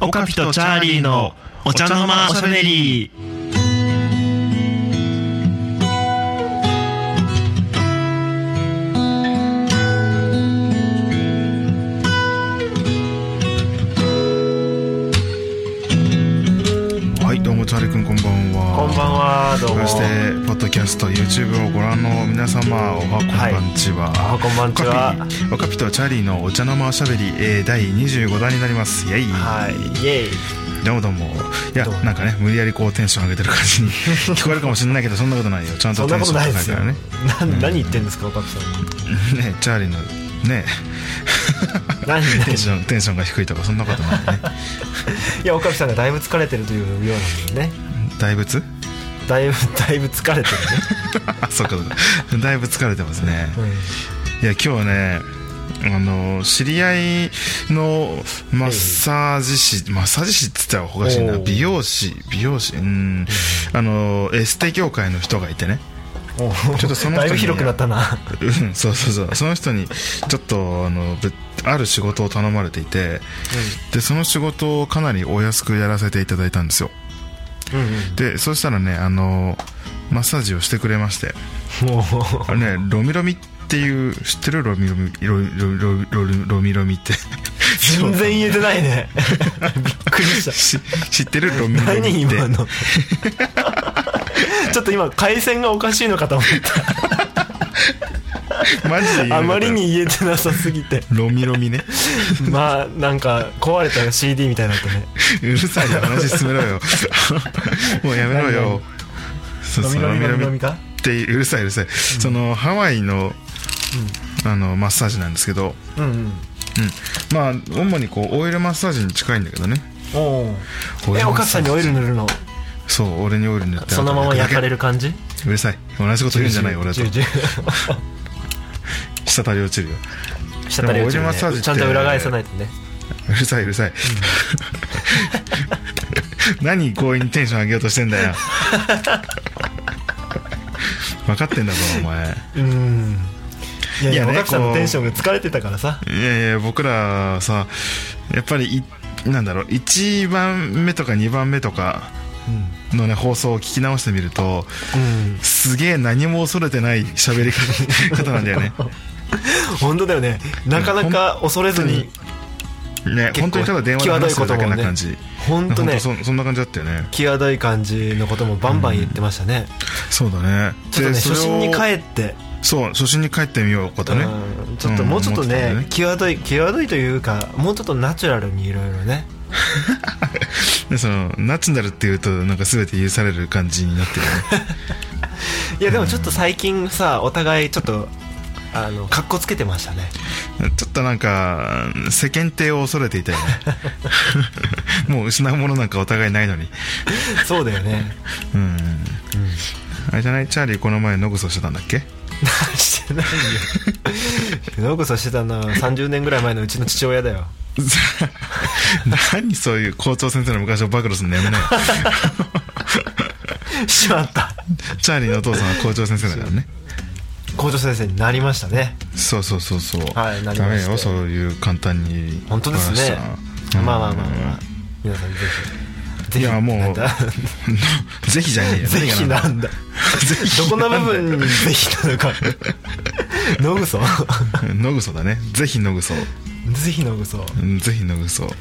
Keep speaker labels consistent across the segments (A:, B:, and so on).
A: オカピとチャーリーのお茶の間おしゃべり
B: はいどうもチャーリーくんこんばんは
C: こんばんは、どうも。
B: そしてポッドキャスト YouTube をご覧の皆様おはこんばんちは、
C: あ、こんばんちは。
B: オカピとチャーリーのお茶の間おしゃべり、えー、第25弾になりますイエイ、
C: はい、イェイ。
B: どうもどうもいや
C: どうも
B: なんかね無理やりこうテンション上げてる感じに 聞こえるかもしれないけどそんなことないよちゃん
C: そ
B: と
C: んな
B: テン
C: こ
B: シ
C: と
B: ョ
C: ない
B: ン上
C: で
B: げ
C: す
B: て
C: よ。
B: るからね
C: な、何言ってんですか、おかみさん。
B: ねチャーリーのね
C: 何言ってん
B: テ ンションテンションが低いとかそんなことないね
C: いや、おかみさんがだいぶ疲れてるというようなんでね。
B: 大仏
C: だいぶ、だいぶ疲れて
B: あそうかそうかだいぶ疲れてますね
C: るね。
B: いや今日ねあの知り合いのマッサージ師、マッサージ師って言ったらおかしいな
C: おう
B: 美容師美容師うんあのエステ業界の人がいてね
C: うん。おー
B: ちょっとその人に
C: だいぶ広くなったな。
B: うんそうそうそうその人にちょっとあのぶある仕事を頼まれていてでその仕事をかなりお安くやらせていただいたんですよ
C: うん。
B: でそうしたらねあのマッサージをしてくれまして
C: うん。もう、
B: あれねロミロミっていう知ってるロミロミロミロミロミロミロミロミって
C: 全然言えてない ね。びっくりし
B: し知ってるロミ
C: た。
B: ロ
C: 何
B: ミって
C: 今の。 ちょっと今、回線がおかしいのかと思っ
B: マジで言うの
C: た。あまりに言えてなさすぎて。
B: ロミロミね
C: まあ、なんか、壊れたよ CD みたいになってね。
B: うるさいよ話進めろ よもうやめろよそう
C: 飲
B: そ
C: み
B: うロ
C: 飲み
B: ミロ
C: 飲み飲み
B: ミっ
C: か
B: てうるさいうるさいそのハワイのあのマッサージなんですけど
C: うんうん。
B: うんまあ主にこうオイルマッサージに近いんだけどね
C: おお
B: オイ
C: え
B: ルマ
C: お
B: ッ
C: 母
B: サ
C: さ
B: ー
C: ん
B: ジ
C: にオイル塗るの
B: そう俺にオイル塗って
C: そのまま焼かれ
B: る
C: る感じ
B: うるさい同じこと言うんじゃない俺と
C: ジュジュ
B: 滴り落ちるよ
C: 滴り落ち
B: で
C: る
B: もオイルマッ
C: ね
B: サージって
C: ちゃんと裏返さないとね
B: うるさいうるさい、何強引にテンション上げようとして んだよ分かってんだぞお前
C: うんいやい
B: いや
C: や
B: ね
C: 若木さん
B: こ
C: の
B: う
C: テンションが疲れてたからさ
B: いやいや僕らさやっぱりいなんだろう1番目とか2番目とか
C: うん
B: のね放送を聞き直してみると
C: うん
B: すげえ何も恐れてない喋り方なん だよね
C: 本当だよねなかなか恐れずに
B: ね
C: 結構
B: 本当にただ電話で話してるだけな感じ
C: 本 当ね
B: そそんな感じだったよね
C: 際どい感じのこともバンバン言ってましたね
B: そうだね
C: ちょっとね
B: でそれ
C: 初
B: を
C: 心に帰って
B: そう初心に帰ってみようことね
C: うんちょっともうちょっと
B: うん思
C: ね
B: て
C: 際どい際どいというかもうちょっとナチュラルにいろいろね
B: たねでそのナチュラルっていうとなんか全て許される感じになってるよね
C: いやでもちょっと最近さお互いちょっとあの格好つけてましたね
B: ちょっとなんか世間体を恐れていたよね もう失うものなんかお互いないのに
C: そうだよね
B: うん、あれじゃないチャーリーこの前ノグソしてたんだっけ
C: 何してないよようこそしてたのは30年ぐらい前のうちの父親だよ
B: 何そういう校長先生の昔を暴露するのやめなよ
C: しまった
B: チャーリーのお父さんは校長先生だからね
C: 校長先生になりましたね
B: そうそうそうそう、
C: はいなりました
B: ダメよそういう簡単に
C: 本当ですね
B: うん
C: まあまあまあまあ皆さんぜひぜひ
B: いやもう
C: なんだ
B: ぜひじゃねえ よ
C: ぜひ
B: 何が
C: な
B: なん
C: ん
B: だ
C: だ どこの部 分にぜひなのかのぐそ
B: ノグソだねぜひノグソ
C: ぜひのぐそ
B: うんぜひノグソ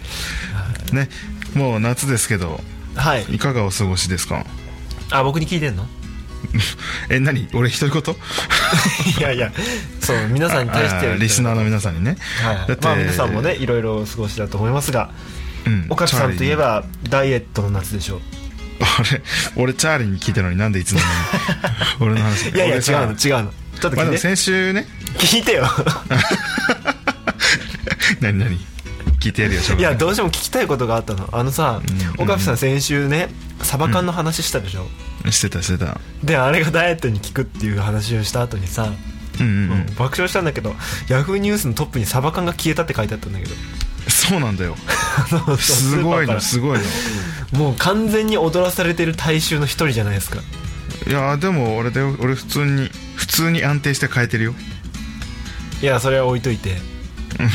B: ねもう夏ですけど
C: はい
B: いかがお過ごしですか
C: あ僕に聞いてんの
B: え何俺一人言
C: いやいやそう皆さんに対して
B: あーリスナーの皆さんにね、
C: はい、まあ皆さんもねいろいろお過ごしだと思いますが
B: うん
C: 岡部さんといえ
B: チャー
C: ばダイエットの夏でしょう
B: リーに俺俺チャーリーに聞いたのになんでいつも 俺の話
C: いやいや
B: 俺さ
C: 違うの違うのちょっと
B: ま
C: 聞
B: あで
C: い
B: も
C: て、
B: 先週ね
C: 聞いてよ
B: 何何聞いてやるよしょう
C: い
B: がな
C: やどうしても聞きたいことがあったのあのさ
B: うん
C: 岡部さん先週ねサバ缶の話したでしょ、
B: してたしてた
C: であれがダイエットに効くっていう話をした後にさ、
B: うんうん、うん、
C: 爆笑したんだけどヤフーニュースのトップにサバ缶が消えたって書いてあったんだけど
B: そうなんだよ
C: あのス
B: すごい
C: ーパーか
B: の
C: ら
B: すごいの
C: もう完全に踊らされてる大衆の一人じゃないですか
B: いやでも俺で俺普通に普通に安定して変えてるよ
C: いやそれは置いといてめっ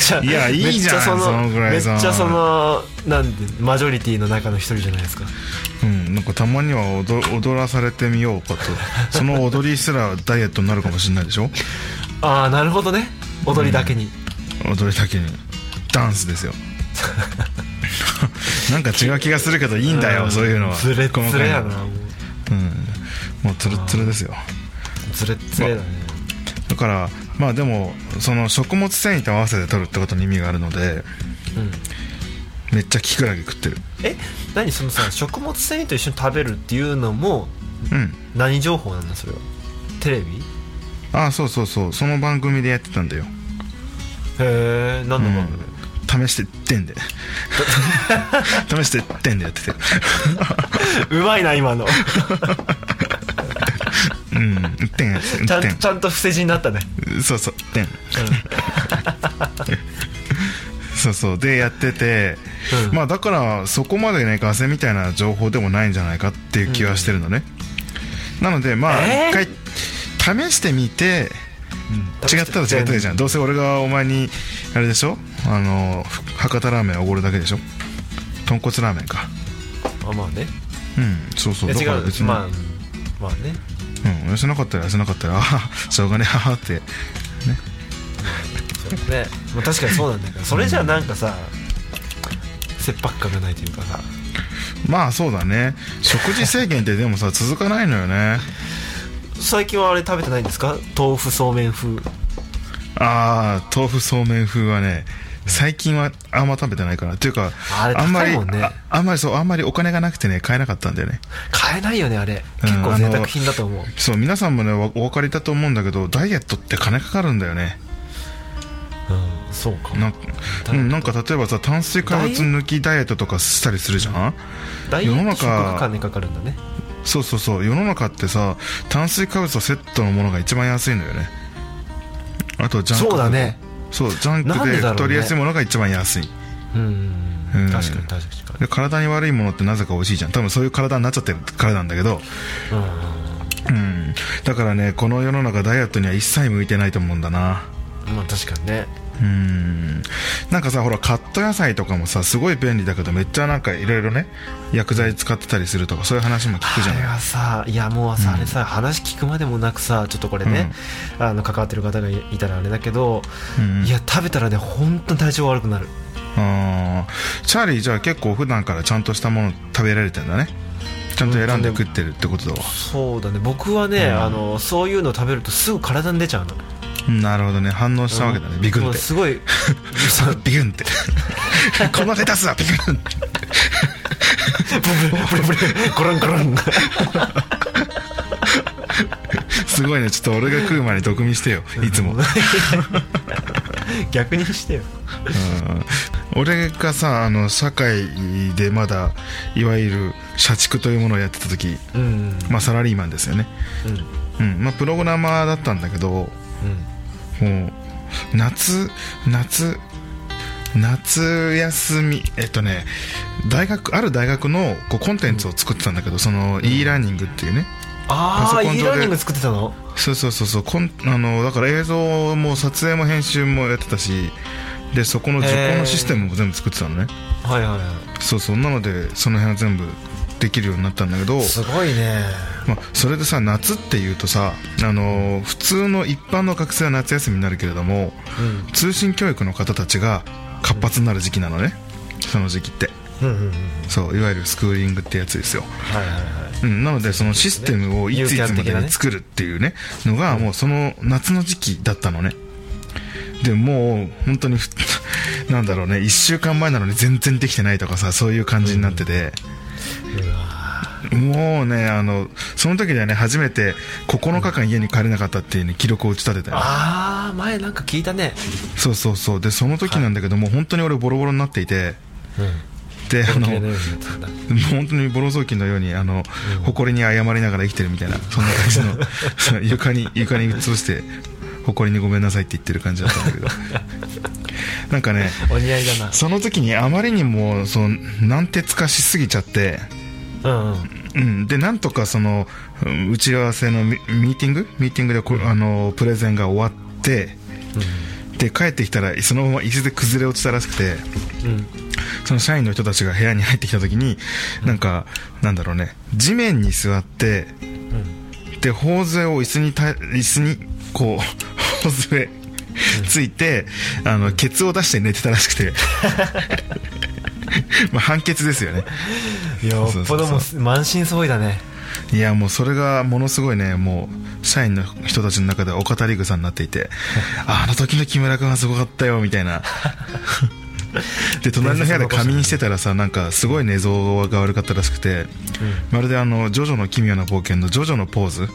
C: ちゃ
B: いやいいじゃん
C: めっちその
B: そのぐらい
C: めっ
B: そ
C: ち
B: の
C: ゃそのなんでマジョリティの中の一人じゃないですか
B: うん、なんかたまには踊踊らされてみようか とその踊りすらダイエットになるかもしれないでしょ
C: ああなるほどね踊りだけに、
B: 踊りだけにダンスです よなんか違う気がするけどいいんだよ、そういうのは
C: ズレ
B: 細かい
C: ズレや
B: の
C: な
B: は
C: もう
B: うんもうツルッツルですよ
C: ズレズレだね
B: だからまあでもその食物繊維と合わせて取るってことに意味があるので
C: うん
B: めっちゃキクラゲ食ってる
C: え何そのさ食物繊維と一緒に食べるっていうのも
B: うん
C: 何情報なんだそれはテレビ
B: ああそうそうそうその番組でやってたんだよ、
C: へえ何
B: う
C: の番組、
B: ん、試してってんで試してってんでやってて
C: うまいな今 の
B: うん1点やって
C: ちゃ
B: 1
C: んちゃんと伏せ字になったね、
B: 点そうそう1点そうそうでやってて、
C: うん
B: まあだからそこまでねガセみたいな情報でもないんじゃないかっていう気はしてるのね、なのでまあ
C: えー
B: 一回試してみて違ったら違ったでじゃんどうせ俺がお前にあれでしょあのふ博多ラーメンおごるだけでしょ豚骨ラーメンか
C: あまあね
B: うんそうそ
C: い
B: う
C: や
B: だ
C: 違
B: から
C: う
B: 別に、
C: まあうんまあね
B: うん痩せなかったら痩せなかったらあーしょうがねえははって
C: そうね、 まあ、確かにそうなんだけどそれじゃあなんかさ切迫感がないというかさ
B: まあそうだね食事制限ってでもさ 続かないのよね
C: 最近はあれ食べてないんですか豆腐そうめん風
B: ああ豆腐そうめん風はね最近はあんま食べてないからっていうか
C: あれ
B: んまり
C: 高いもんね
B: ああんまりそうあんまりお金がなくてね買えなかったんだよね
C: 買えないよねあれ
B: うん
C: 結構贅沢品だと思う、
B: そう皆さんもねわお分かりだと思うんだけどダイエットって金かかるんだよね
C: うん、そうか
B: なん,、うん、なんか例えばさ炭水化物抜きダイエットとかしたりするじゃん
C: 大体
B: 世の
C: 食
B: 中
C: が金かかるんだね
B: そうそうそう世の中ってさ炭水化物とセットのものが一番安いのよねあとジャンク
C: そうだね
B: そうジャン
C: なん
B: ク
C: で
B: で
C: だろうね
B: 太りやすいものが一番安い
C: うん
B: うん
C: 確かに確か
B: で体に悪いものってなぜか美味しいじゃん多分そういう体になっちゃってるからなんだけど
C: にうん
B: うんだからねこの世の中ダイエットには一切向いてないと思うんだな
C: まあ確かにね
B: うんなんかさほらカット野菜とかもさすごい便利だけどめっちゃなんかいろいろね薬剤使ってたりするとかそういう話も聞くじゃ
C: あれ
B: ない
C: はさいやもうさ、あれさ話聞くまでもなくさちょっとこれね、あの関わってる方がいいたらあれだけど、
B: うん
C: いや食べたらね本当に体調悪くなる
B: あーチャーリーじゃあ結構普段からちゃんとしたもの食べられてんだねちゃんと選んで食ってるってことだわ
C: そうだね僕はね、あのそういうの食べるとすぐ体に出ちゃうの
B: うんなるほどね反応したわけだねビクン
C: も
B: っ
C: う
B: て
C: すごいそう
B: ビクンって このレタスはビクンって
C: ブルブルブルブルゴロンゴロン
B: すごいねちょっと俺が食う前に毒味してよいつも、
C: 逆にしてよ
B: うん、俺がさあの社会でまだいわゆる社畜というものをやってた時、
C: うんうん
B: まあ、サラリーマンですよね、
C: うん
B: うんまあ、プログラマーだったんだけどもう夏夏夏休みえっとね大学ある大学のこうコンテンツを作ってたんだけどその e ラーニングっていうね、
C: ああ
B: パソコン上
C: e
B: で
C: ラーニング作ってたの
B: そうそうそうそうこんあのだから映像も撮影も編集もやってたしでそこの受講のシステムも全部作ってたのね
C: はいはいは
B: そうそうなのでその辺は全部できるようになったんだけど
C: い、すごいね
B: まあ、それでさ夏っていうとさあの普通の一般の学生は夏休みになるけれども
C: うん
B: 通信教育の方たちが活発になる時期なのねその時期って
C: うんうんうん
B: そういわゆるスクーリングってやつですよ、
C: はいはいはい
B: うん、なのでそのシステムをいついつまでに作るっていうねのがもうその夏の時期だったのねでもう本当にふ なんだろうね1週間前なのに全然できてないとかさそういう感じになってて、もうねあのその時ではね初めて9日間家に帰れなかったっていう、ね、記録を打ち立てたよ
C: ああ前なんか聞いたね
B: そうそうそうでその時なんだけど、もう本当に俺ボロボロになっていて
C: うん
B: であの
C: 綺麗な
B: も
C: ようになったんだ
B: う本当にボロ雑巾のようにあの、埃に謝りながら生きてるみたいなそんな感じのそう床に床に潰して埃にごめんなさいって言ってる感じだったんだけどなんかね
C: お似合いだ
B: その時にあまりにもその難鉄化しすぎちゃって
C: なうんうん
B: うん、でなんとかそのうん打ち合わせのミミーティングミーティングでこ、あのプレゼンが終わって、で帰ってきたらそのまま椅子で崩れ落ちたらしくて
C: うん
B: その社員の人たちが部屋に入ってきた時になんかなんだろうね地面に座って
C: うん
B: で頬杖を椅子にた椅子にこう 頬杖ついてあのケツを出して寝てたらしくてまあ判決ですよね
C: よ
B: そう
C: っぽ
B: そうそう
C: どもう満身創痍だね
B: いやもうそれがものすごいねもう社員の人たちの中でお語り草になっていてああの時の木村君はすごかったよみたいなで隣の部屋で仮眠してたらさなんかすごい寝相が悪かったらしくて、まるであの「ジョジョの奇妙な冒険」の「ジョジョのポー ズ」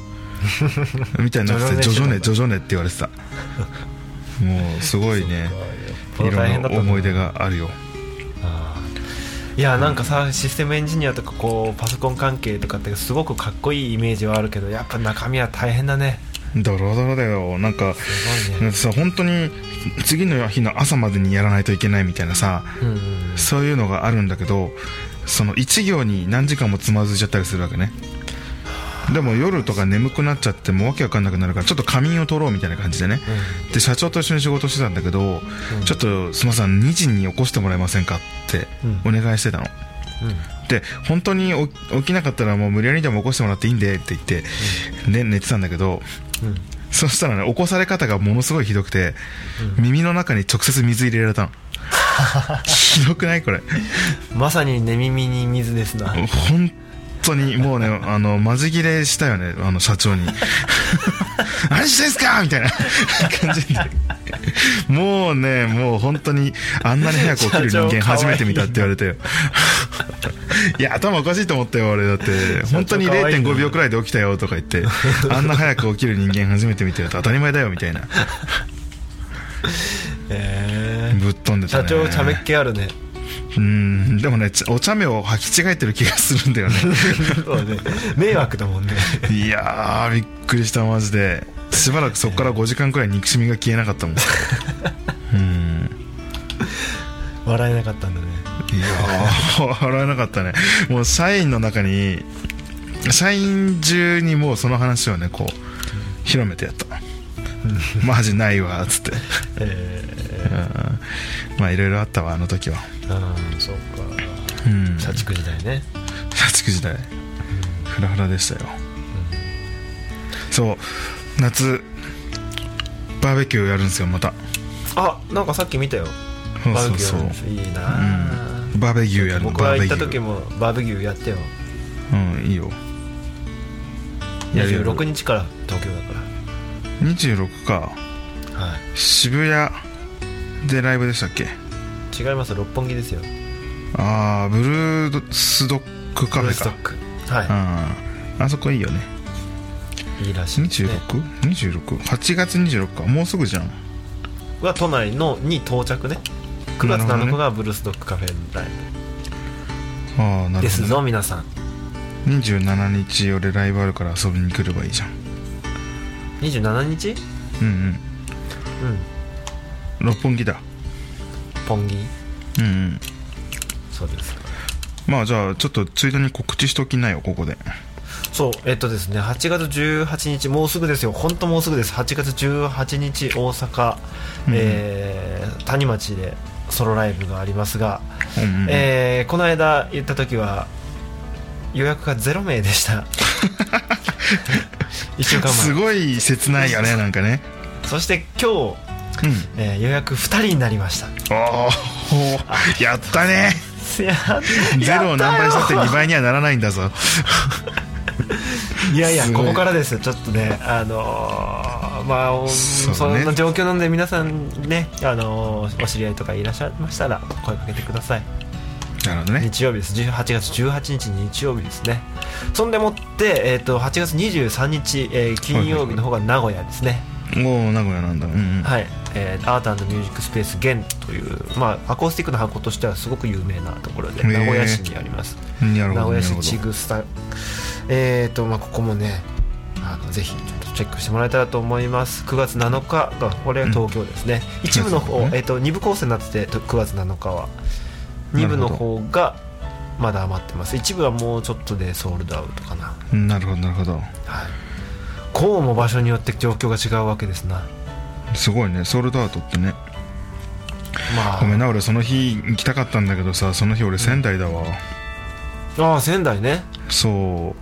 B: みたいになってて「ジ
C: ジョジ
B: ョジョ
C: ョ
B: ね
C: ね
B: ジョジョね」って言われてたもうすごいねい
C: そうか
B: ろ
C: 大
B: ん
C: 変
B: な
C: だったんだ
B: 思い出があるよ
C: あーいやなんかさシステムエンジニアとかこうパソコン関係とかってすごくかっこいいイメージはあるけどやっぱ中身は大変だね
B: ドロドロだよなんか
C: すごい
B: なん
C: ね
B: かさ本当に次の日の朝までにやらないといけないみたいなさ
C: うんうんうん
B: そういうのがあるんだけどその1行に何時間もつまずいちゃったりするわけねでも夜とか眠くなっちゃってもうわけわかんなくなるからちょっと仮眠を取ろうみたいな感じでねで社長と一緒に仕事してたんだけど、
C: うん
B: ちょっとすみません2時に起こしてもらえませんかってお願いしてたの、
C: うん
B: で本当に起起きなかったらもう無理やりでも起こしてもらっていいんでって言って、ね、寝てたんだけど
C: うん
B: そしたらね起こされ方がものすごいひどくて、
C: うん
B: 耳の中に直接水入れら れたのひどくないこれ
C: まさに寝耳に水ですな
B: 本当にも うねあのマジ切れしたよねあの社長に何してんすかみたいな感じでもうねもう本当にあんなに早く起きる人間
C: 社長かわいい
B: 初めて見たって言われていや頭おかしいと思ったよ俺だって本当に
C: 社長かわいいな
B: 0.5秒くらいで起きたよとか言ってあんな早く起きる人間初めて見てると当たり前だよみたいな
C: えー
B: ぶっ飛んでた
C: 社
B: ね
C: 長茶目っ気あるね
B: うんでもねちお茶目を履き違えてる気がするんだよね
C: そうね迷惑だもんね
B: いやーびっくりしたマジでしばらくそこから5時間くらい憎しみが消えなかったもんうん
C: 笑えなかったんだね
B: いやー笑えなかったねもう社員の中に社員中にもうその話をねこう広めてやったマジないわっつって
C: え
B: うんまあいろいろあったわあの時は
C: ー、ああそうか
B: うん
C: 社畜時代ね
B: 社畜時代フラフラでしたよ、そう夏バーベキューやるんですよまた
C: あなんかさっき見たよ
B: そう
C: バー
B: そう
C: ベキュ
B: そう
C: ーやるんですいいなあ
B: バーベキューやるの
C: 僕は行った
B: バーベキ
C: 時
B: ュー
C: もバーベキューやってよ
B: うんいいよやるやる
C: 26日から東京だか
B: 26から
C: はい
B: 渋谷でライブでしたっけ
C: 違います六本木ですよ
B: ああブルースドックカ
C: ブ
B: フ
C: ルー
B: ェ
C: スト
B: か
C: ックは
B: あああそこいいよね
C: いいいらしいですね
B: 26?268 月26かもうすぐじゃん
C: は都内のに到着ね9月7日がブルースドックカフェライ
B: ああな
C: ブ
B: る
C: で
B: ほ
C: す
B: ど、
C: ぞ
B: ね、
C: 皆さん
B: 27日俺ライブあるから遊びに来ればいいじゃん
C: 27日
B: うん
C: うん
B: うん六本木だ
C: ポンギ
B: うんうん
C: そうです
B: まあじゃあちょっとついでに告知しときなよここで
C: そうえっとですね8月18日もうすぐですよ本当もうすぐです8月18日大阪、
B: うん
C: えー谷町でソロライブがありますが、
B: うんうんうん
C: えーこの間言った時は予約が0名でした 1週間前
B: すごい切ないよねなんかね
C: そして今日、
B: うん
C: えー予約2人になりま した
B: おおやったね
C: いや
B: ゼロを何倍したって
C: や
B: 2倍にはならないんだぞ
C: たよいやい
B: す
C: や
B: ごい
C: ここからですちょっとねあのーまあお
B: そう
C: そ,、
B: ね
C: んな状況なんで皆さんね、あのーお知り合いとかいらっしゃいましたら声かけてください
B: なるほどね
C: 日曜日です18月18日日曜日ですねそんでもって、えー、と8月23日、えー金曜日の方が名古屋ですね、
B: おお名古屋なんだうんうん
C: はい、えーアートミュージックスペースゲンという、まあ、アコースティックの箱としてはすごく有名なところで
B: へー
C: 名古屋市にあります、
B: なる
C: 名
B: ほ
C: 古屋
B: どなる
C: 市
B: ほど
C: 千草えっ、と、まあ、ここもねあのぜひちょっとチェックしてもらえたらと思います9月7日がこれは東京ですね、一部の方、
B: そうですね
C: えー、と2部構成になっててと9月7日は2部の方がまだ余ってます一部はもうちょっとでソールドアウトかな
B: なるほどなるほど
C: はいこうも場所によって状況が違うわけですな
B: すごいねソールドアウトってね
C: まあ
B: ごめんな俺その日行きたかったんだけどさその日俺仙台だわ、
C: ああ仙台ね
B: そ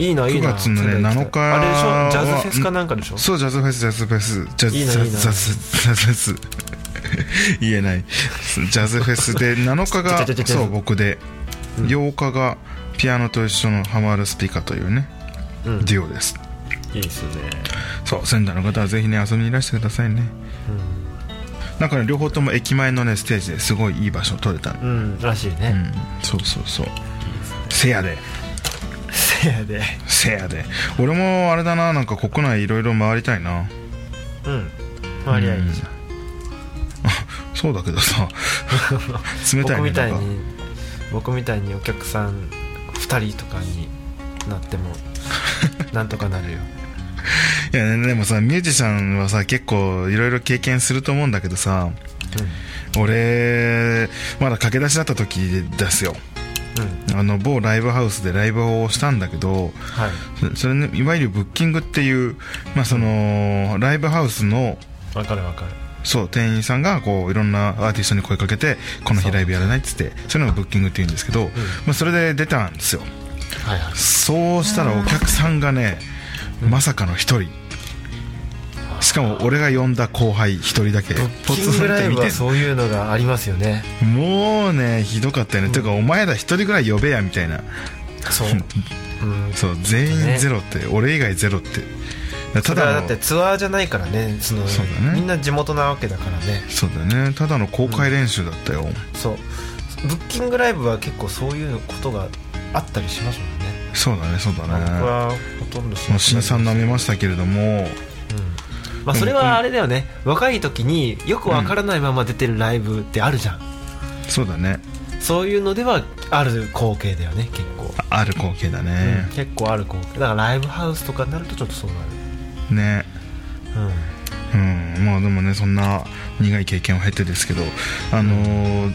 C: いいないいな
B: 9月のね
C: 仙台行きたい
B: 7日は
C: あれでしょジャズフェスかなんかでしょ
B: うそうジャズフェスジャズフェスジャズ
C: いいな
B: ジャ
C: いい
B: ズ
C: な
B: ジャズジャズフェス 言えないジャズフェスで7日
C: ちょちょちょ
B: が
C: ちょ
B: そう僕で
C: うん
B: 8日がピアノと一緒のハマールスピカというね
C: うん
B: デュオです
C: いいですね、
B: そう仙台の方はぜひね遊びにいらしてくださいねなんかね両方とも駅前のねステージですごいいい場所取れたの
C: うん、うん、らしい
B: うん
C: ね、
B: そうそうそうせやで
C: せやで
B: せやで俺もあれだななんか国内いろいろ回りたいな
C: うん回りゃいいじゃん
B: そうだけどさ 冷たい
C: 僕
B: ね
C: みたい
B: なんか
C: に僕みたいにお客さん2人とかになって もなんとかなるよ
B: いやねでもさミュージシャンはさ結構いろいろ経験すると思うんだけどさ俺まだ駆け出しだった時ですよ
C: うん、うん、
B: あの某ライブハウスでライブをしたんだけど
C: はい
B: そそれねいわゆるブッキングっていう、まあ、そのライブハウスの
C: わかるわかる
B: そう店員さんがこういろんなアーティストに声かけてこの日ライブやらないっつってそういうのをブッキングって言うんですけど、まあ、それで出たんですよ
C: はいはい
B: そうしたらお客さんがね、まさかの一人しかも俺が呼んだ後輩一人だけ
C: ブッキングライブはそういうのがありますよね
B: もうねひどかったよね、ていうかお前ら一人ぐらい呼べやみたいな
C: そう、 うん、
B: そう全員ゼロって、俺以外ゼロってた
C: それは
B: だ
C: だっ
B: の
C: てツアーじゃないからねその
B: そうだね
C: みんな地元なわけだからね
B: そうだねただの公開練習だったよ、
C: そうブッキングライブは結構そういうことがあったりしますもんね
B: そうだねそうだ
C: 僕
B: ね
C: はほとんどし
B: も
C: な
B: う新さん舐めましたけれども
C: うんまあ、それはあれだよね、若い時によくわからないまま出てるライブってあるじゃん、
B: そうだね
C: そういうのではある光景だよね結構、
B: あある光景だね
C: うん、、結構ある光景だからライブハウスとかになるとちょっとそうなる
B: ね
C: うん
B: うん、まあでもねそんな苦い経験を経てですけどあのー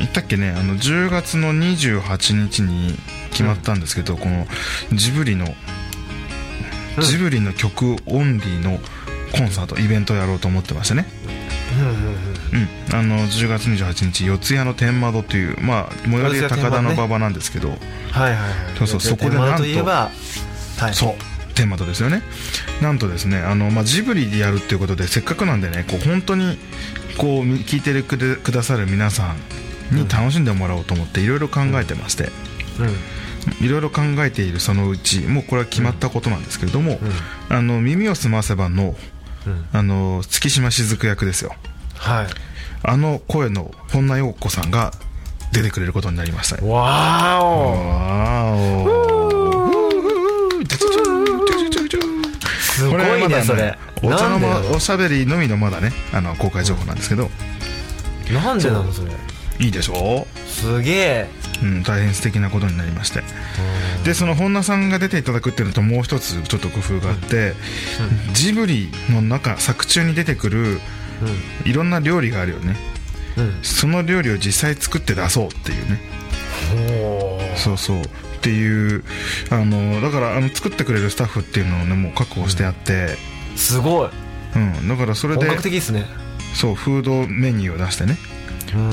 B: 言ったっけねあの10月の28日に決まったんですけど、このジブリの、
C: うん
B: ジブリの曲オンリーのコンサートイベントをやろうと思ってましたね、
C: うんうんうん
B: うん、あの10月28日四谷の天窓というまあ最寄りで高田の馬場なんですけど、
C: はいはいはい
B: そうそうそこでなんと
C: といえばはい
B: そう天窓ですよねなんとですねあの、まあ、ジブリでやるっていうことでせっかくなんでねこう本当にこうみ聞いてるくでくださる皆さんに楽しんでもらおうと思っていろいろ考えてまして
C: うん
B: いろいろ考えているそのうちもうこれは決まったことなんですけれども、あの耳を澄ませばの
C: うんうん
B: あの月島雫役ですよ
C: はい
B: あの声の本名陽子さんが出てくれることになりました
C: わーお
B: わーお
C: すご
B: これはま
C: い
B: だ
C: ね
B: ね
C: それ
B: お茶
C: な
B: の
C: んで
B: 間おしゃべりのみのまだねあの公開情報なんですけど、
C: なんでなのそれ
B: いいでしょ
C: すげえ
B: う、うん、大変素敵なことになりましてでその本田さんが出ていただくっていうのともう一つちょっと工夫があって、ジブリの中作中に出てくるいろんな料理があるよね
C: うんうん
B: その料理を実際作って出そうっていうね
C: おー
B: そうそうっていうあのだからあの作ってくれるスタッフっていうのをねもう確保してあって、
C: すごい
B: うんだからそれ
C: 本
B: で
C: 格的ですね
B: そうフードメニューを出してね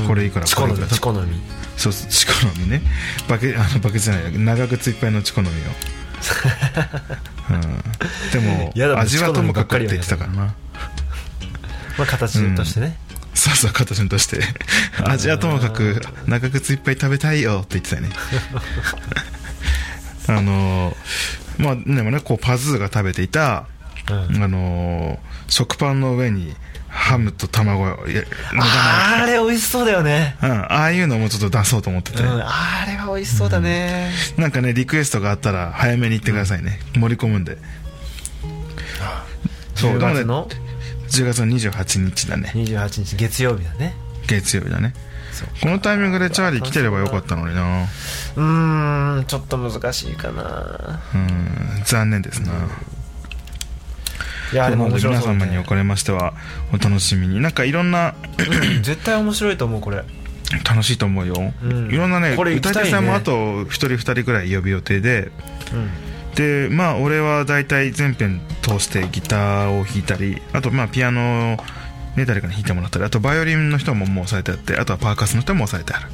B: これいくら
C: チコの
B: これいく
C: み
B: ら
C: チコのみ
B: そうそうチコの実ねバケ あのバケツじゃない長靴いっぱいの チコの実を、うん、で
C: やだ
B: も
C: もう
B: 味はともか
C: チコの実ば
B: くっ
C: っかり
B: て
C: は
B: 言ってたからな
C: まあ形としてね、
B: そうそう形として味はともかく長靴いっぱい食べたいよって言って たよねあのまあでもねこうパズーが食べていた
C: うん
B: あの食パンの上にハムと卵をいや
C: あれ美味しそうだよね、
B: うん、ああいうのもちょっと出そうと思って
C: う
B: て、
C: ん、あれは美味しそうだね、
B: なんかねリクエストがあったら早めに言ってくださいね、盛り込むんでそう
C: 10
B: だから
C: 月
B: ね
C: の
B: 10月の28日だね
C: 28日月曜日だね
B: 月曜日だね
C: そう
B: このタイミングでチャーリー来てればよかったのにな
C: うーんちょっと難しいかな
B: うん残念ですな、
C: いやでも
B: な
C: 面
B: ので
C: 白
B: 皆
C: そう、
B: 様に
C: ね
B: お、かれましてはお楽しみになんかいろんな
C: うん絶対面白いと思うこれ
B: 楽しいと思うよ、
C: うん
B: いろんなね
C: これ行き
B: 歌い
C: たい
B: 手
C: ね
B: さんもあと1人2人ぐらい呼ぶ予定で
C: うん
B: でまあ俺は大体全編通してギターを弾いたりあとまあピアノをね誰かに弾いてもらったりあとバイオリンの人ももう押さえてあってあとはパーカスの人も押さえてある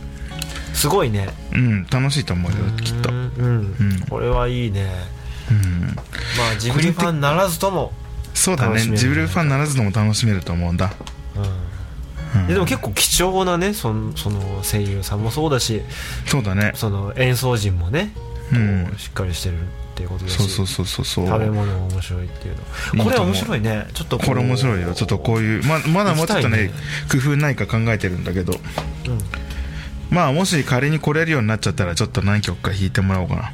C: すごいね
B: うん楽しいと思うよきっと
C: う
B: うんん、
C: うん
B: うん
C: これはいいねまあジブリファンならずとも、
B: そうだ
C: 楽し
B: ね
C: みだね
B: ジブリファンならずとも楽しめると思うんだ
C: うん、ででも結構貴重なねそのその声優さんもそうだし
B: そうだね
C: その演奏陣もね、
B: うん
C: こうしっかりしてるっていうことだし
B: そうそうそうそうそう
C: 食べ物も面白いっていう
B: いい
C: のこ
B: と
C: れは
B: 思う
C: 面白いねちょっとう
B: これ面白いよちょっとこういうままだもうちょっとね
C: 行き
B: 工夫ないか考えてるんだけど
C: うん
B: まあもし仮に来れるようになっちゃったらちょっと何曲か弾いてもらおうかな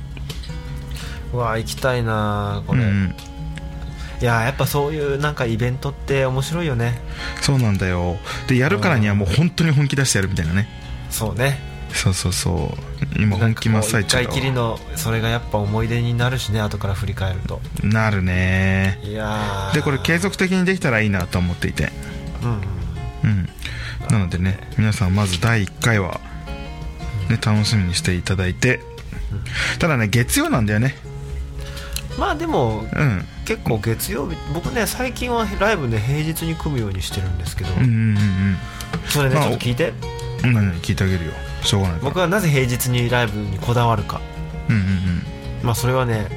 C: うわ行きたいなこ
B: う
C: れ、
B: ん
C: いややっぱそういうなんかイベントって面白いよね
B: そうなんだよでやるからにはもう本当に本気出してやるみたいなね
C: そうね
B: そうそうそう今本気真っ最中
C: なんかこう一回きり
B: だわ
C: のそれがやっぱ思い出になるしね後から振り返ると
B: なるね
C: いやー
B: でこれ継続的にできたらいいなと思っていて
C: うんうん
B: うんなのでね皆さんまず第1回は、ね、楽しみにしていただいてただね月曜なんだよね
C: まあでも
B: うん
C: 結構月曜日僕ね最近はライブね平日に組むようにしてるんですけど、
B: うんうんうん
C: それね
B: まあ
C: ちょっと聞いて
B: うん何々聞いてあげるよしょうがないから
C: 僕はなぜ平日にライブにこだわるか
B: うんうん
C: まあそれはね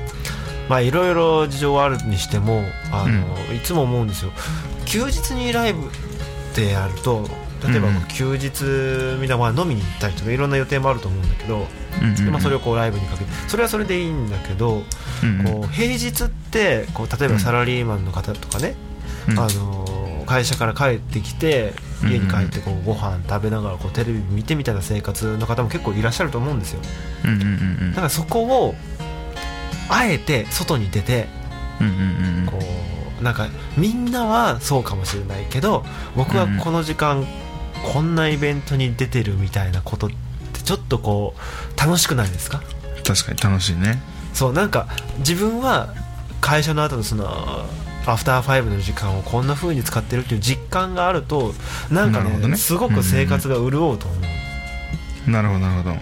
C: まあいろいろ事情はあるにしてもあの、いつも思うんですよ休日にライブってやると例えば
B: うんうん
C: 休日みんなまあ飲みに行ったりとかいろんな予定もあると思うんだけど、
B: うんうんうん
C: でまあ、それをこうライブにかけてそれはそれでいいんだけど、
B: うんうん
C: こう平日ってこう例えばサラリーマンの方とかね、
B: うん
C: あのー会社から帰ってきて家に帰ってこうご飯食べながらこうテレビ見てみたいな生活の方も結構いらっしゃると思うんですよ
B: うんうんうんうん
C: だからそこをあえて外に出て
B: うんうんうん
C: こうなんかみんなはそうかもしれないけど僕はこの時間こんなイベントに出てるみたいなことってちょっとこう楽しくないですか
B: 確かに楽しいね
C: そうなんか自分は会社の後のそのアフターファイブの時間をこんな風に使ってるっていう実感があるとなんか
B: なるほ
C: ね
B: どね
C: すごく生活が潤うと思う、
B: なるほどなるほど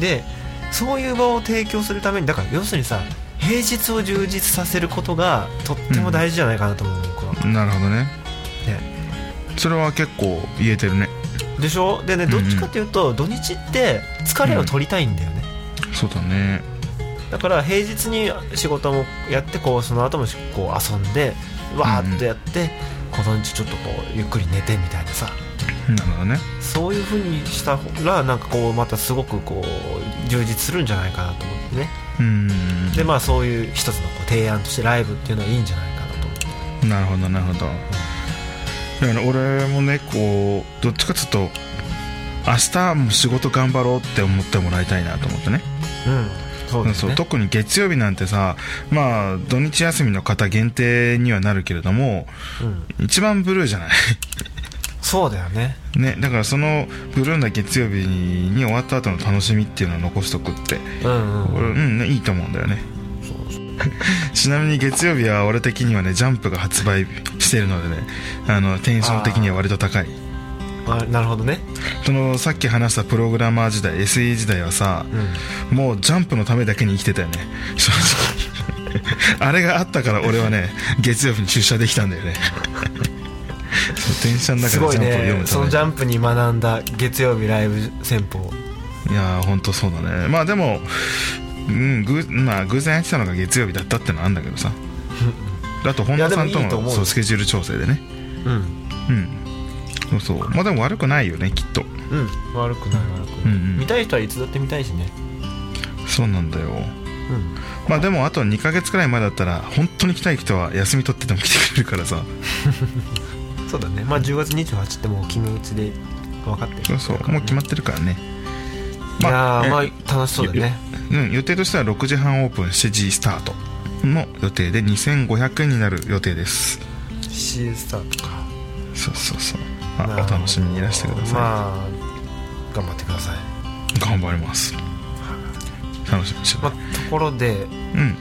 C: でそういう場を提供するためにだから要するにさ平日を充実させることがとっても大事じゃないかなと思う、僕は
B: なるほどね
C: ね
B: それは結構言えてるね
C: でしょでね
B: んう
C: ど
B: ん
C: っちかというと土日って疲れを取りたいんだよね、
B: そうだね
C: だから平日に仕事もやってこうその後もしこう遊んでわーっとやって、この日ちょっとこうゆっくり寝てみたいなさ
B: なるほどね
C: そういう風にした方らなんかこうまたすごくこう充実するんじゃないかなと思ってね
B: うん
C: でまあそういう一つのこう提案としてライブっていうのはいいんじゃないかなと思って
B: なるほどなるほどだから俺もねこうどっちかっつうと明日も仕事頑張ろうって思ってもらいたいなと思ってね
C: うんそうです
B: そう
C: ね
B: 特に月曜日なんてさまあ土日休みの方限定にはなるけれども
C: うん、
B: 一番ブルーじゃない
C: そうだよね
B: ねだからそのブルーな月曜日に終わった後の楽しみっていうのを残しとくって
C: うんうん
B: 俺うんねいいと思うんだよねちなみに月曜日は俺的にはねジャンプが発売してるのでねあのテンション的には割と高い
C: あなるほどね
B: そのさっき話したプログラマー時代 SE 時代はさ、もうジャンプのためだけに生きてたよね正直 あれがあったから俺はね月曜日に出社できたんだよねそう電車の
C: す
B: 中
C: ご
B: で
C: い
B: ジャンプを読
C: ね
B: むた
C: そ
B: め
C: の
B: に
C: ジャンプに学んだ月曜日ライブ戦法
B: いやー本当そうだねまあでも、うんぐまあ、偶然やってたのが月曜日だったってのはあるんだけどさあと本田さん
C: い
B: と
C: やでもいいと
B: の
C: 思う
B: そうスケジュール調整でね
C: うん
B: うんそうそうまあでも悪くないよねきっと
C: うん悪くない悪くない、
B: うんうん
C: 見たい人はいつだって見たいしね
B: そうなんだよ
C: うん
B: まあでもあと2ヶ月くらい前だったら本当に来たい人は休み取ってでも来てくれるからさ
C: そうだねまあ10月28ってもう決め打ちで分かってる
B: そうそうもう決まってるからね
C: いやーまあ
B: え
C: 楽しそうだね
B: うん、予定としては6時半オープン7時スタートの予定で2500円になる予定です
C: シースターとか
B: そうそうそう、まあ、お楽しみにいらしてください、
C: まあ頑張ってください、
B: 頑張ります楽しみにして
C: ま
B: ま
C: あ、ところで
B: うん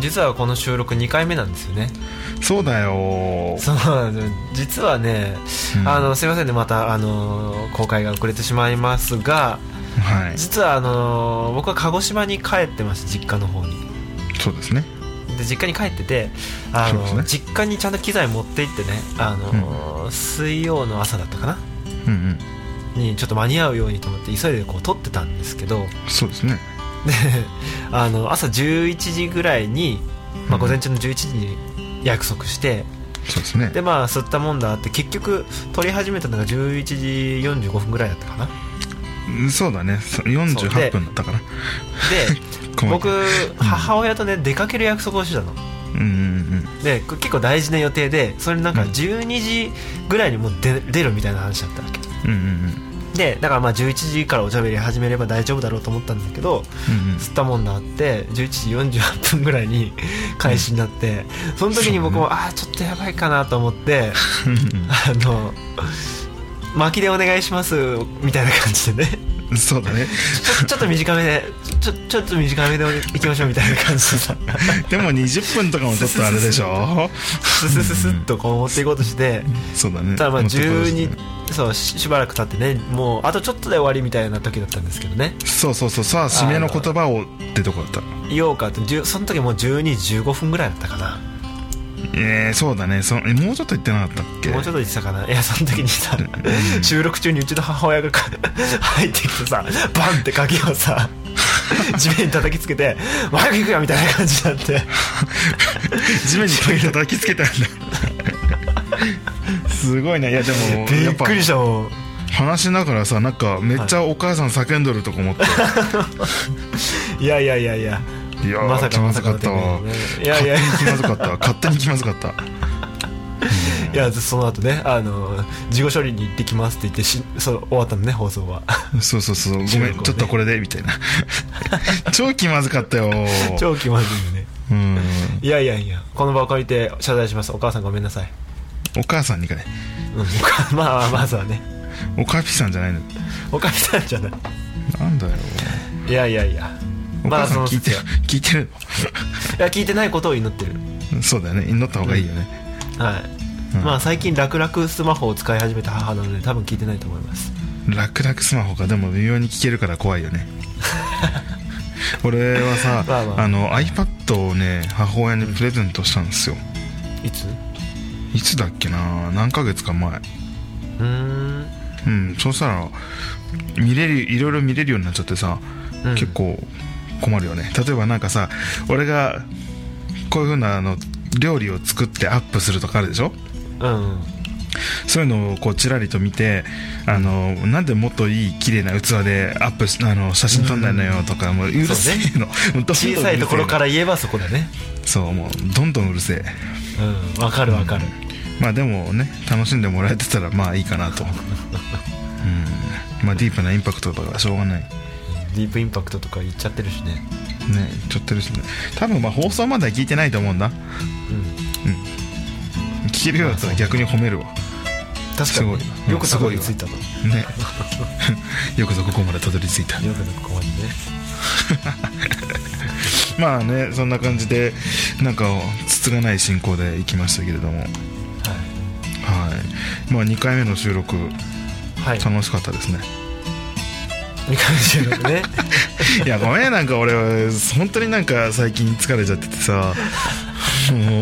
C: 実はこの収録2回目なんですよね
B: そうだよ
C: そうなんですよ実はね、
B: うん
C: あのすいませんねまたあの公開が遅れてしまいますが
B: はい
C: 実はあの僕は鹿児島に帰ってます実家の方に
B: そうですね
C: で実家に帰っててあ
B: そうで
C: の、
B: すね
C: 実家にちゃんと機材持って行ってねあの、水曜の朝だったかな
B: うんうん
C: にちょっと間に合うようにと思って急いでこう撮ってたんですけどで
B: そうですね
C: あの朝11時ぐらいに、まあ、午前中の11時に約束して、
B: そうですね
C: でまあ吸ったもんだって結局撮り始めたのが11時45分ぐらいだったかな
B: うんそうだねそ
C: そうで
B: 48分だったかな
C: で
B: 細か
C: 僕
B: い
C: 母親とね出かける約束をしてたの
B: うんうん
C: でこれ結構大事な予定でそれなんか
B: うん
C: 12時ぐらいにもう出出るみたいな話だったわけ
B: うんうんうんうん
C: でだからまあ11時からおしゃべり始めれば大丈夫だろうと思ったんだけど
B: うんうん
C: 吸ったもんだあって11時48分ぐらいに開始になってその時に僕も、ああちょっとやばいかなと思ってあの「巻きでお願いします」みたいな感じでね
B: うんそうだ ね
C: ちょちょっと短めでちょちょっと短めでいきましょうみたいな感じでさ
B: でも20分とかもちょっとあれでしょ
C: ススススッとこう持っていこうとして
B: そうだね
C: ただまあ
B: もうちょっとですね
C: 12そうししばらく経ってねもうあとちょっとで終わりみたいな時だったんですけどね
B: そうそうそうさあ締めの言葉をってとこだった
C: 言おうかって10その時もう12時15分ぐらいだったかな
B: えー、そうだねそえもうちょっと言ってなかったっけ
C: もうちょっと言ってたかないやその時にさ収録中にうちの母親がか 入ってきてさバンって鍵を さ地面に叩きつけて「早く行くよ」みたいな感じになって
B: 地面に鍵 叩きつけたんだすごいねいやでも
C: び
B: や
C: っ
B: ぱ
C: くりしたもん
B: 話しながらさなんかめっちゃお母さん叫んどるとこ思って、
C: いやいやいやいや
B: い、やー
C: まさか
B: 気
C: ま
B: ま
C: さ
B: ず
C: か
B: か
C: の展
B: ったわ
C: 開ねいやいや
B: 勝手に気まずかったわ勝手に気まずかった
C: いやその後ねあの事後処理に行ってきますって言ってしそう終わったのね放送は
B: そうそうそうごめん、
C: 中国はね
B: ちょっとこれでみたい な超気まずかったよ
C: 超気まずいよね
B: うん
C: いやいやいやこの場を借りて謝罪しますお母さんごめんなさい、
B: お母さんにかね
C: うん、お 母まあまあまずはね
B: おかぴさんじゃないの
C: お母さんじゃない
B: なんだよ
C: いやいやいや
B: お
C: ま
B: 母
C: あそ
B: さん
C: の
B: 聞いてる、聞いてる
C: いや聞いてないことを祈ってる
B: のそうだよね祈った方がいいよね、
C: はい、
B: うん
C: まあ最近楽々スマホを使い始めた母なので多分聞いてないと思います
B: 楽々スマホがでも微妙に聞けるから怖いよね俺はさ
C: まあまあ
B: の iPad をね母親にプレゼントしたんですよ
C: いつう
B: いつだっけな何ヶ月か前
C: ーん
B: うんそうしたら見れるいろいろ見れるようになっちゃってさ、
C: うん
B: 結構困るよね例えばなんかさ俺がこういう風なあの料理を作ってアップするとかあるでしょ
C: うんうん
B: そういうのをこうちらりと見てあのなんでもっといい綺麗な器でアップしあの写真撮んないのよとか、もううるせえの、もうどんどんうるせえ
C: 小
B: の
C: さいところから言えばそこだね
B: そうもうどんどんうるせえ
C: うんわかるわかる、
B: まあでもね楽しんでもらえてたらまあいいかなとうんまあディープなインパクトとかはしょうがない
C: ディープインパクトとか言っちゃってるしね
B: ねちょっとるしね多分まあ放送までは聞いてないと思うんだ
C: うん
B: 聞けるようだったら逆に褒めるわ
C: 確かに
B: すごい
C: よくそこについたのよ
B: ねよくぞここまでたどり着いた
C: くここまでね
B: まあねそんな感じでなんかつつがない進行でいきましたけれどもはい
C: は
B: まあ2回目の収録
C: い、はい、
B: 楽しかったですね
C: みかん収録ね
B: いやごめんなんか俺は本当になんか最近疲れちゃっててさもう今日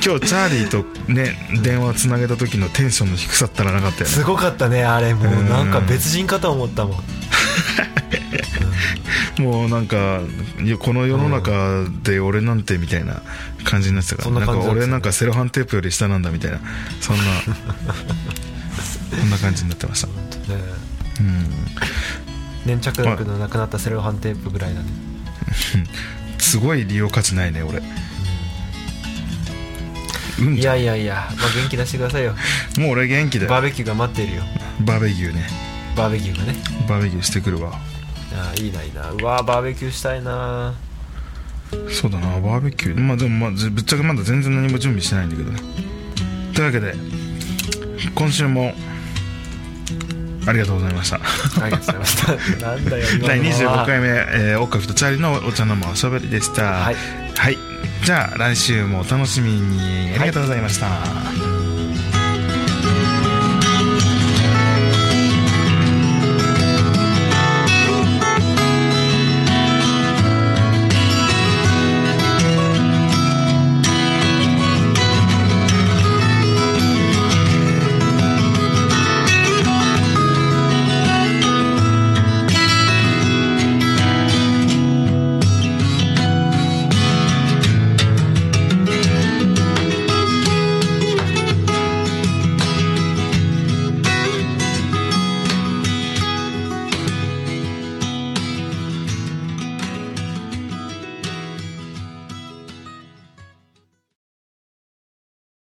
B: チャーリーとね電話つなげた時のテンションの低さったらなかったよね
C: すごかったねあれもうなんか別人かと思ったもん
B: もうなんかよこの世の中で俺なんてみたいな感じになってたから、
C: そんな
B: な
C: 感
B: ん
C: じ
B: か
C: だった
B: 俺なんかセロハンテープより下なんだみたいなそん なそんな感じになってました
C: ね
B: うん
C: 粘着力のなくなったセロハンテープぐらいだね
B: すごい利用価値ないね俺うん
C: いやいやいや、まあ、元気出してくださ いよ
B: もう俺元気だ
C: バー
B: よ
C: ベキューが待ってるよ
B: バーベキューね
C: バーベキューがね
B: バーベキューしてくるわ
C: ああいいないいなうわーバーベキューしたいな
B: そうだなバーベキューまあでも、まあ、ずぶっちゃけまだ全然何も準備してないんだけどねというわけで今週もありがとうございました
C: ありがとうございました なんだよ今のは
B: 第25回目、えー、オッカフとチャーリーのお茶の間おしゃべりでした
C: はい
B: はい、じゃあ来週もお楽しみにありがとうございました、